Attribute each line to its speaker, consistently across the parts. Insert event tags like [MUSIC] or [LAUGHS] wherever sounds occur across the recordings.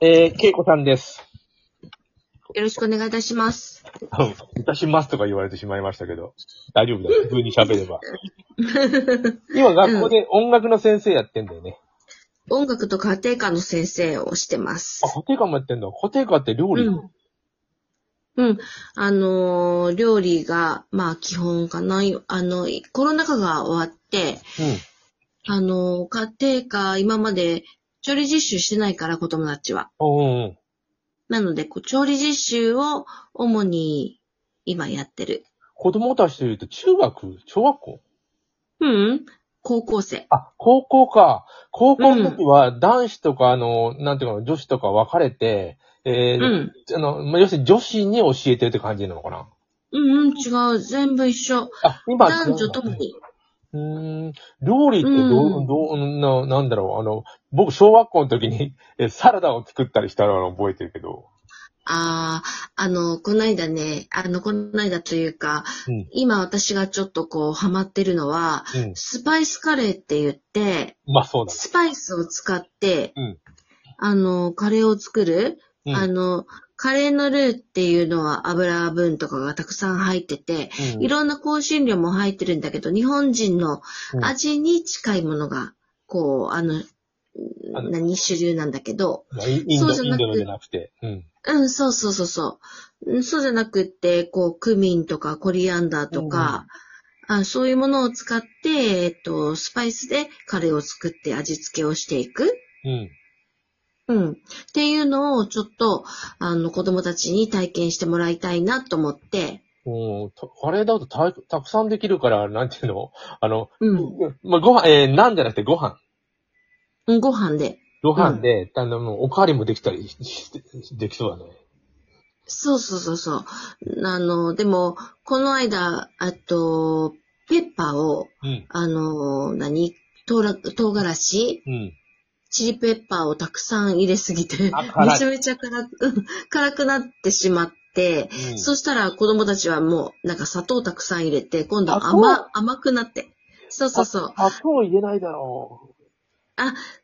Speaker 1: えー、けいこさんです。
Speaker 2: よろしくお願いいたします。
Speaker 1: いたしますとか言われてしまいましたけど、大丈夫 [LAUGHS] だよ。普通に喋れば。今学校で音楽の先生やってんだよね。
Speaker 2: 音楽と家庭科の先生をしてます
Speaker 1: あ、。家庭科もやってんだ。家庭科って料
Speaker 2: う
Speaker 1: 理、
Speaker 2: ん。うん。あのー料理が、まあ、基本かな。いあの、いコロナ禍が終わって、あのー家庭科、今まで調理実習してないから、子供たちは。
Speaker 1: うん。うん。
Speaker 2: なので、こう調理実習を主に今やってる。
Speaker 1: 子供たちというと中学小学校
Speaker 2: うん。高校生。
Speaker 1: あ、高校か。高校の時は男子とか、あの、なんていうかな、女子とか分かれて、え
Speaker 2: う
Speaker 1: ーあ
Speaker 2: ん。
Speaker 1: の、まあ、要するに女子に教えてるって感じなのかな。
Speaker 2: うんうん、違う。全部一緒。
Speaker 1: あ、今、
Speaker 2: 男女ともに。
Speaker 1: うーん料理ってどう、
Speaker 2: うん
Speaker 1: どう、な、なんだろう、あの、僕、小学校の時に、え、サラダを作ったりしたのを覚えてるけど。
Speaker 2: ああ、あの、こないだね、あの、こないだというか、
Speaker 1: うん
Speaker 2: 今私がちょっとこう、ハマってるのは、
Speaker 1: うん。
Speaker 2: スパイスカレーって言って、
Speaker 1: まあ、そうだね。
Speaker 2: スパイスを使って、
Speaker 1: うん
Speaker 2: あの、カレーを作る、
Speaker 1: うん
Speaker 2: あの、カレーのルーっていうのは油分とかがたくさん入ってて、
Speaker 1: うん
Speaker 2: いろんな香辛料も入ってるんだけど、日本人の
Speaker 1: うん
Speaker 2: 味に近いものが、こう、あの、
Speaker 1: あの
Speaker 2: 何主流なんだけど、
Speaker 1: インインド、
Speaker 2: そうじ
Speaker 1: イ
Speaker 2: ゃ
Speaker 1: ン
Speaker 2: なく
Speaker 1: ドのじゃなくて。うん。
Speaker 2: うん、そうそうそうそううん。そうじゃなくって、こう、クミンとかコリアンダーとか、あそういうものを使って、えっと、スパイスでカレーを作って味付けをしていく。
Speaker 1: うん。
Speaker 2: うん。っていうのをちょっと、あの、子供たちに体験してもらいたいなと思って、
Speaker 1: うん、たカレーだとたたくさんできるから、なんていうのあの、
Speaker 2: うん。
Speaker 1: まあ、ご飯、えー、なんじゃなくてご飯。
Speaker 2: うんご飯で。
Speaker 1: ご飯で、あの、もうおかわりもできたりししできそうだね。
Speaker 2: そうそうそうそう。あの、でも、この間、あと、ペッパーを、
Speaker 1: うん。
Speaker 2: あの、何唐ら唐辛子
Speaker 1: うん。
Speaker 2: チリペッパーをたくさん入れすぎて、め
Speaker 1: あ辛い
Speaker 2: ちゃめちゃ辛くうん辛くなってしまって、
Speaker 1: うん、
Speaker 2: そしたら子供たちはもう、なんか砂糖たくさん入れて、今度
Speaker 1: あ
Speaker 2: 甘、甘くなって。そうそうそう。
Speaker 1: 砂糖入れないだろ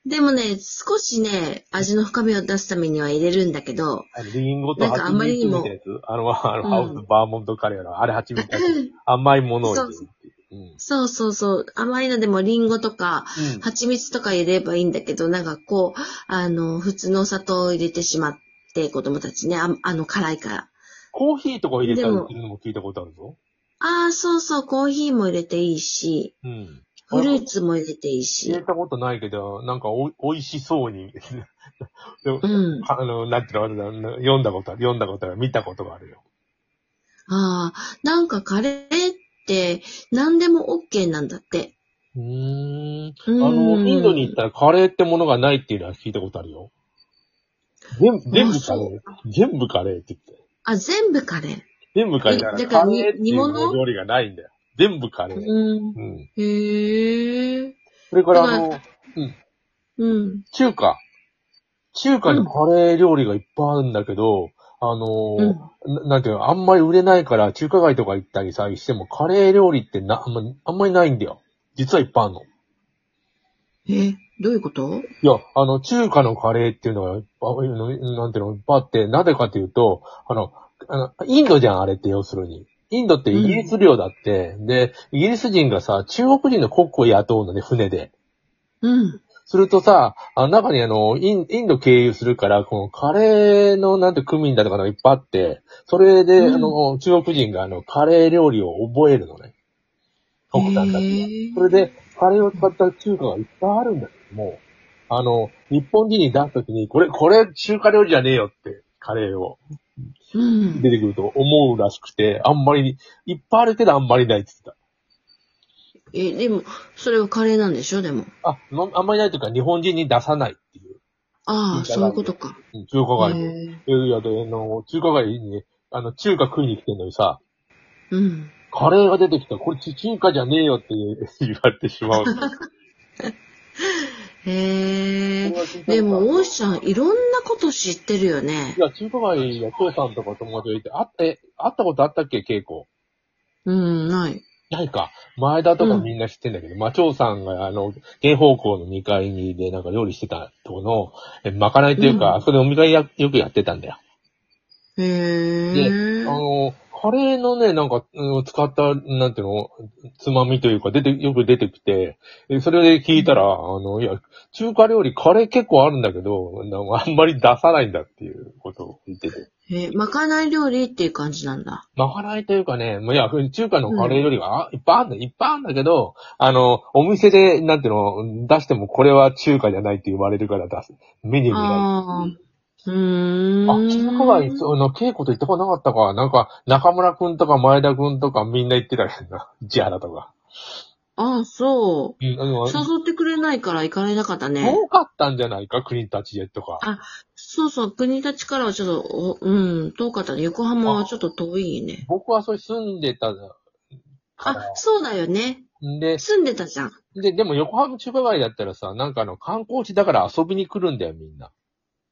Speaker 2: でもね、少しね、味の深みを出すためには入れるんだけど、
Speaker 1: う。あのリンゴと
Speaker 2: なんかあんまりにも
Speaker 1: 蜂蜜みたいなやつ [LAUGHS] あの、あの、
Speaker 2: うん
Speaker 1: ハウスのバーモントカレーの、あれ蜂蜜だけど甘いものを入れる
Speaker 2: そ
Speaker 1: っ
Speaker 2: う
Speaker 1: ていう。うん
Speaker 2: そうそうそう、甘いのでもリンゴとか、
Speaker 1: うん
Speaker 2: 蜂蜜とか入れればいいんだけど、なんかこう、あの、普通のお砂糖を入れてしまって、子供たちね、ああの、辛いから。
Speaker 1: コーヒーとか入れたり
Speaker 2: でも
Speaker 1: するのも聞いたことあるぞ。
Speaker 2: ああ、そうそう、コーヒーも入れていいし、
Speaker 1: うん。
Speaker 2: フルーツも入れていい
Speaker 1: 入れ
Speaker 2: し。
Speaker 1: たことないけど、なんかお、美味しそうに。 [LAUGHS] でも
Speaker 2: うん。
Speaker 1: あの、なんていうの、読んだことある、読んだことある、見たことがあるよ。
Speaker 2: ああ、なんかカレーって何でも OK なんだって。
Speaker 1: うーん。
Speaker 2: う
Speaker 1: あ
Speaker 2: ん
Speaker 1: の、インドに行ったらカレーってものがないっていうのは聞いたことあるよ。全部、全部カレー。全部カレーって言って。
Speaker 2: あ、全部カレー。
Speaker 1: 全部カレーだ
Speaker 2: えだ
Speaker 1: か
Speaker 2: から
Speaker 1: ら、カ
Speaker 2: に
Speaker 1: レーってい
Speaker 2: 煮
Speaker 1: う
Speaker 2: 物
Speaker 1: 料理がないんだよ。全部カレー。
Speaker 2: うん。
Speaker 1: うん。
Speaker 2: へえ。
Speaker 1: それから、あ
Speaker 2: だ
Speaker 1: の、
Speaker 2: うん。
Speaker 1: 中華。中華にカレー料理がいっぱいあるんだけど、あ
Speaker 2: うん
Speaker 1: の、ななんていうの、あんまり売れないから、中華街とか行ったりさ、しても、カレー料理ってな、あんまあんまりないんだよ。実はいっぱいあるの。
Speaker 2: え、どういうこと
Speaker 1: いや、あの、中華のカレーっていうのが、あのなんていうの、いっぱいあって、なぜかというと、あの、あのインドじゃん、あれって、要するに。インドってイギリス領だって、で、イギリス人がさ、中国人のコックを雇うのね、船で。
Speaker 2: うん。
Speaker 1: するとさ、あ中にあの、インインド経由するから、このカレーのなんてクミンだとかのがいっぱいあって、それで、
Speaker 2: うん
Speaker 1: あの、中国人があの、カレー料理を覚えるのね。国産だ
Speaker 2: へ
Speaker 1: け。
Speaker 2: え
Speaker 1: それで、カレーを使った中華がいっぱいあるんだけども、あの、日本人に出すときに、これ、これ中華料理じゃねえよって、カレーを
Speaker 2: うん。
Speaker 1: 出てくると思うらしくて、あんまり、いっぱいあるけどあんまりないって言って
Speaker 2: え、でも、それはカレーなんでしょでも。
Speaker 1: た。あ、のあんまりないというか、日本人に出さないっていう。
Speaker 2: ああ、そういうことか。
Speaker 1: うん中華街も。
Speaker 2: へえ
Speaker 1: いやいや、で、あの、中華街に、あの、中華食いに来てんのにさ、
Speaker 2: うん。
Speaker 1: カレーが出てきたら、これち中華じゃねえよって言われてしまう。
Speaker 2: へ [LAUGHS] え。で
Speaker 1: で
Speaker 2: も、
Speaker 1: い
Speaker 2: オーシャン、いろんなこと知ってるよね。
Speaker 1: や、中華街の父さんとか友達がいて、あって、会ったことあったっけ、稽古。
Speaker 2: うん、ない。
Speaker 1: ないか。前田とかみんな知ってんだけど、まあ、長さんが、あの、原方向の2階にでなんか料理してたとこの、えまかないというか、それお店やよくやってたんだよ。
Speaker 2: へ
Speaker 1: で、
Speaker 2: え。
Speaker 1: あの、カレーのね、なんか、うん使った、なんていうの、つまみというか、出て、よく出てきて、えそれで聞いたら、あの、いや、中華料理、カレー結構あるんだけど、なんかあんまり出さないんだっていうことを言ってて。
Speaker 2: えーまかない料理っていう感じなんだ。
Speaker 1: まかないというかね、まあいや、中華のカレーよりは、あいっぱいあるんだ、いっぱいあるんだけど、あの、お店で、なんていうの、出してもこれは中華じゃないって言われるから出す。メニューにない。
Speaker 2: ああ。うーん。
Speaker 1: あ、中華街、そうあの、稽古と行ったことなかったか。なんか、中村くんとか前田くんとかみんな行ってたけどな。 [LAUGHS] 千原とか。
Speaker 2: あそ
Speaker 1: うん、あ
Speaker 2: う。
Speaker 1: の、
Speaker 2: 誘ってくれないから行かれなかったね。
Speaker 1: 多かったんじゃないか、クリンタチジェとか。
Speaker 2: そうそう、国立からはちょっと、おうん、遠かったね。横浜はちょっと遠いね。
Speaker 1: 僕はそれ住んでたか
Speaker 2: あ
Speaker 1: ら、。
Speaker 2: そうだよね。
Speaker 1: で、
Speaker 2: 住んでたじゃん。
Speaker 1: で、でも横浜中華街だったらさ、なんかあの、観光地だから遊びに来るんだよ、みんな。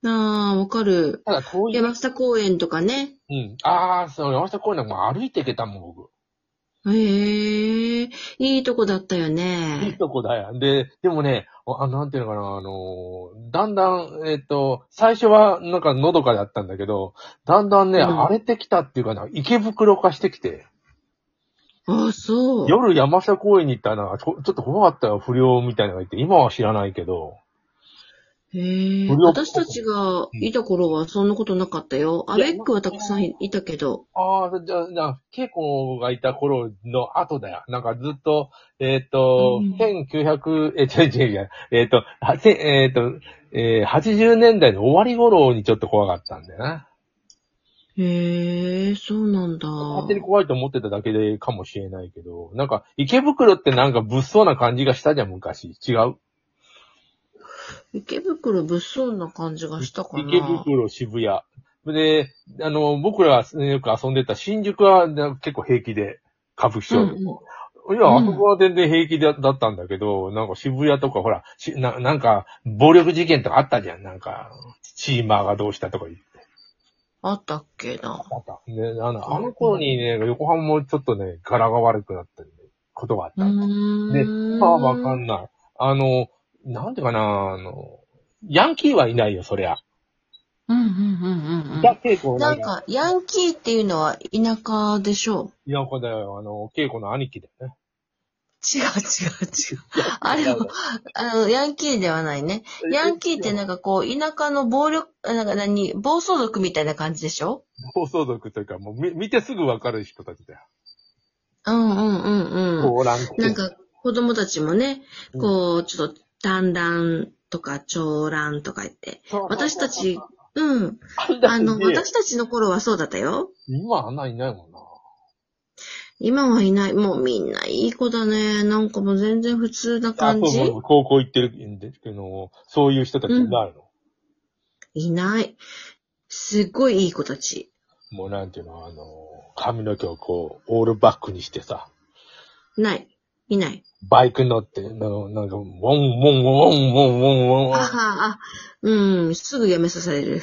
Speaker 2: ああ、わかる。
Speaker 1: ただ遠い
Speaker 2: 山下公園とかね。
Speaker 1: うん。ああ、そう、山下公園なんかもう歩いていけたもん、僕。
Speaker 2: へえ、いいとこだったよ
Speaker 1: いい
Speaker 2: ね。
Speaker 1: とこだよ。で、でもね、あ、なんていうのかな、あのー、だんだん、えっ、と、最初はなんかのどかだったんだけど、だんだんね、
Speaker 2: うん
Speaker 1: 荒れてきたっていうかな、池袋化してきて、
Speaker 2: あそう。
Speaker 1: 夜山下公園に行ったら、ちょちょっと怖かったよ、不良みたいなのがいて、今は知らないけど、
Speaker 2: へえ。
Speaker 1: 無料
Speaker 2: 私たちがいた頃はそんなことなかったよ。アベックはたくさんいたけど。
Speaker 1: ああ、じゃあ、じゃあ、稽古がいた頃の後だよ。なんかずっと、えっ、と、
Speaker 2: うん
Speaker 1: 1900、え、違う違う違う、えっ、と、はせえっ、と、えー80年代の終わり頃にちょっと怖かったんだよな。
Speaker 2: へえ、そうなんだ。
Speaker 1: 勝手に怖いと思ってただけでかもしれないけど、なんか池袋ってなんか物騒な感じがしたじゃん、昔。違う
Speaker 2: 池袋物騒な感じがしたか
Speaker 1: 池
Speaker 2: な。
Speaker 1: 袋、渋谷。で、あの、僕らがよく遊んでた新宿はなんか結構平気で、歌舞伎町
Speaker 2: う
Speaker 1: と
Speaker 2: ん
Speaker 1: か
Speaker 2: うん
Speaker 1: いや、あそこは全然平気だだったんだけど、なんか渋谷とかほら、しななんか、暴力事件とかあったじゃん。なんか、チーマーがどうしたとか言って。
Speaker 2: あったっけな。
Speaker 1: あった。ね、あの、あの頃にね、横浜もちょっとね、柄が悪くなったことがあっ
Speaker 2: う
Speaker 1: た。
Speaker 2: ーん。
Speaker 1: で、まあわかんない。あの、なんていうかな、あの、ヤンキーはいないよ、そりゃ。
Speaker 2: うんうんうんうんうん。
Speaker 1: だ、稽古
Speaker 2: なん、か、ヤンキーっていうのは田舎でしょう。
Speaker 1: いや、これだよ、あの、稽古の兄貴だよね。
Speaker 2: 違う違う違
Speaker 1: [LAUGHS]
Speaker 2: う。あれも、あの、ヤンキーではないね。ヤンキーってなんかこう、田舎の暴力、なんか何、暴走族みたいな感じでしょ
Speaker 1: 暴走族というか、もう見見てすぐわかる人たちだよ。
Speaker 2: うんうんうんうん。
Speaker 1: 高ラン
Speaker 2: なんか、子供たちもね、こう、ちょっと、短乱とか、長乱とか言って。私たち、うん。あの、私たちの頃はそうだったよ。
Speaker 1: 今あんないないもんな。
Speaker 2: 今はいない。もうみんないい子だね。なんかもう全然普通な感
Speaker 1: あ
Speaker 2: じ
Speaker 1: そう高校行ってるんですけど、そういう人たちいないの。
Speaker 2: いない。すっごいいい子たち。
Speaker 1: もうなんていうの、あの、髪の毛をこう、オールバックにしてさ、
Speaker 2: ない。いない。
Speaker 1: バイク乗って、なんか、なんかウォン、ウォン、ウォン、ウォン、ウォン、ウォン、ウォ
Speaker 2: あは
Speaker 1: ン。
Speaker 2: あ、うん、すぐ辞めさせられる。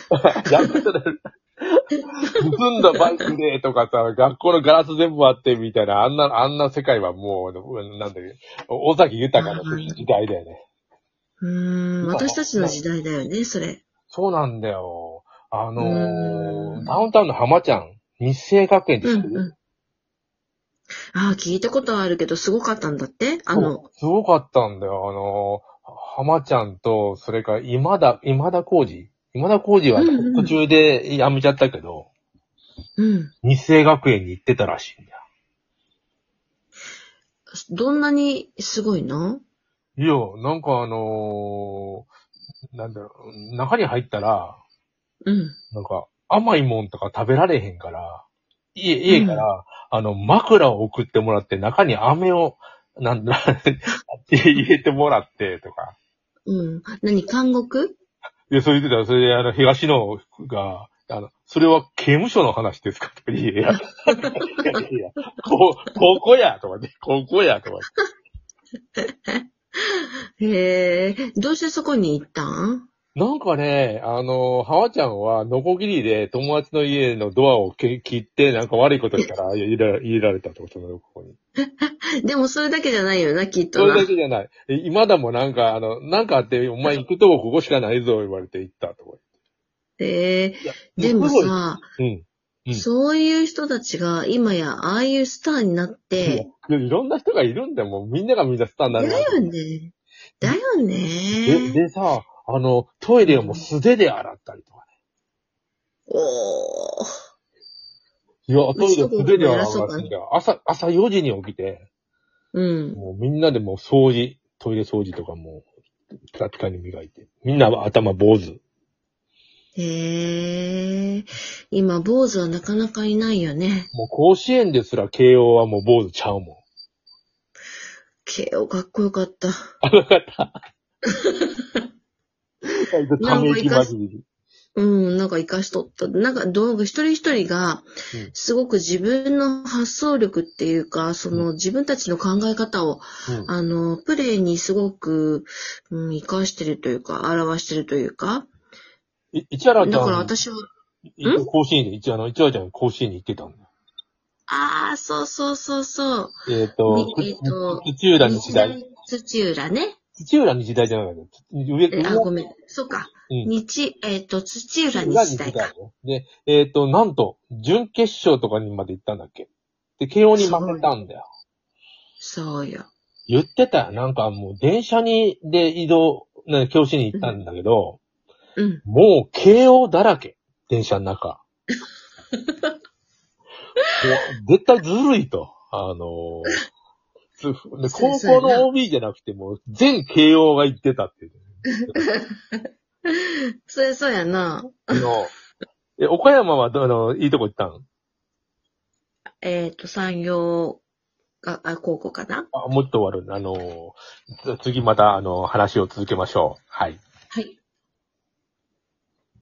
Speaker 1: やめたら、盗んだバイクでとかさ、学校のガラス全部割ってみたいな、あんな、あんな世界はもう、なんだっけ、大崎豊の時代だよね。
Speaker 2: うーん、私たちの時代だよね、それ。
Speaker 1: そうなんだよ。あの
Speaker 2: う
Speaker 1: ー、
Speaker 2: ん
Speaker 1: ダウンタウンの浜ちゃん、日生学園って
Speaker 2: う
Speaker 1: 知
Speaker 2: ん
Speaker 1: ってる、
Speaker 2: うん。ああ、聞いたことはあるけど、すごかったんだってあの、
Speaker 1: すごかったんだよ。あのー、浜ちゃんと、それから今田、今田浩二今田浩二は
Speaker 2: うんうん
Speaker 1: 途中で辞めちゃったけど、
Speaker 2: うん。
Speaker 1: 日生学園に行ってたらしいんだ
Speaker 2: どんなにすごいの
Speaker 1: よ。いや、なんかあのーなんだろう、中に入ったら、
Speaker 2: うん。
Speaker 1: なんか甘いもんとか食べられへんから、家、家から、あの、枕を送ってもらって、中に飴を、なん [LAUGHS] だ、入れてもらって、とか。
Speaker 2: うん。何、監獄
Speaker 1: で、それ言ってたら、それで、あの、東野が、あの、それは刑務所の話ですかと [LAUGHS] か、いやいや、いやいや、こう、ここやとかね、ここやとか。
Speaker 2: へえ、どうしてそこに行ったん
Speaker 1: なんかね、あの、ハワちゃんは、ノコギリで友達の家のドアを切切って、なんか悪いことしたら入れら入れられたってことなの、ここに。
Speaker 2: でもそれだけじゃないよな、きっ
Speaker 1: そ
Speaker 2: と
Speaker 1: れだ
Speaker 2: な。
Speaker 1: けじゃない。え今だもなんか、あの、なんかあって、お前行くとこここしかないぞ、言われて行ったとか。
Speaker 2: え
Speaker 1: いや
Speaker 2: ー、でも
Speaker 1: すごい
Speaker 2: さ、
Speaker 1: うん。うん
Speaker 2: そういう人たちが今やああいうスターになって、
Speaker 1: いやいろんな人がいるんだよ、もうみんながみんなスターにな
Speaker 2: だ
Speaker 1: るわけ
Speaker 2: よね。だよ
Speaker 1: で、
Speaker 2: ね。
Speaker 1: でさ、あの、トイレをもう素手で洗ったりとかね。
Speaker 2: おー。
Speaker 1: いや、トイレを素手で洗うらしいんだよ。朝、朝4時に起きて、
Speaker 2: うん。
Speaker 1: もうみんなでもう掃除、トイレ掃除とかもう、ピカピカに磨いて。みんなは頭坊主。
Speaker 2: へえー。今、坊主はなかなかいないよね。
Speaker 1: もう甲子園ですら慶応はもう坊主ちゃうもん。
Speaker 2: 慶応かっこよかった。
Speaker 1: ため息混じり。
Speaker 2: うん、なんか生かしとった。なんか道具一人一人
Speaker 1: う
Speaker 2: が
Speaker 1: ん、
Speaker 2: すごく自分の発想力っていうか、その自分たちの考え方を、
Speaker 1: うん
Speaker 2: あの、プレイにすごく、うん、生かしてるというか、表してるというか。
Speaker 1: い市原
Speaker 2: だ
Speaker 1: ちゃん、
Speaker 2: から私は、
Speaker 1: い甲子園で、一あの、市原ちゃん甲子園に行ってたんだよ。
Speaker 2: ああ、そうそうそうそう。
Speaker 1: えっ、と、
Speaker 2: みえーと
Speaker 1: 土浦日大。
Speaker 2: 日大土浦ね。
Speaker 1: 土浦日大じゃなかった。上、
Speaker 2: えあ、ごめん。そうか。
Speaker 1: うん
Speaker 2: 日、えっ、と、土浦
Speaker 1: が
Speaker 2: 日
Speaker 1: 日
Speaker 2: 大
Speaker 1: 大
Speaker 2: か。
Speaker 1: よ。で、えっ、と、なんと、準決勝とかにまで行ったんだっけで、慶応に負けたんだよ。
Speaker 2: そうよ。
Speaker 1: 言ってたよ。なんかもう電車に、で移動、ね、教師に行ったんだけど、
Speaker 2: うん。
Speaker 1: もう慶応だらけ。電車の [LAUGHS] 中。もう絶対ずるいと。あのーつで高校の OB じゃなくてもう全慶応が行ってたっていう。
Speaker 2: それそうやな。
Speaker 1: あの、え、岡山はど、あの、いいとこ行ったん
Speaker 2: えっ、と、産業が、あ、高校かな
Speaker 1: あ、もっと終わる。あのー、つ次また、あのー話を続けましょう。はい。
Speaker 2: はい。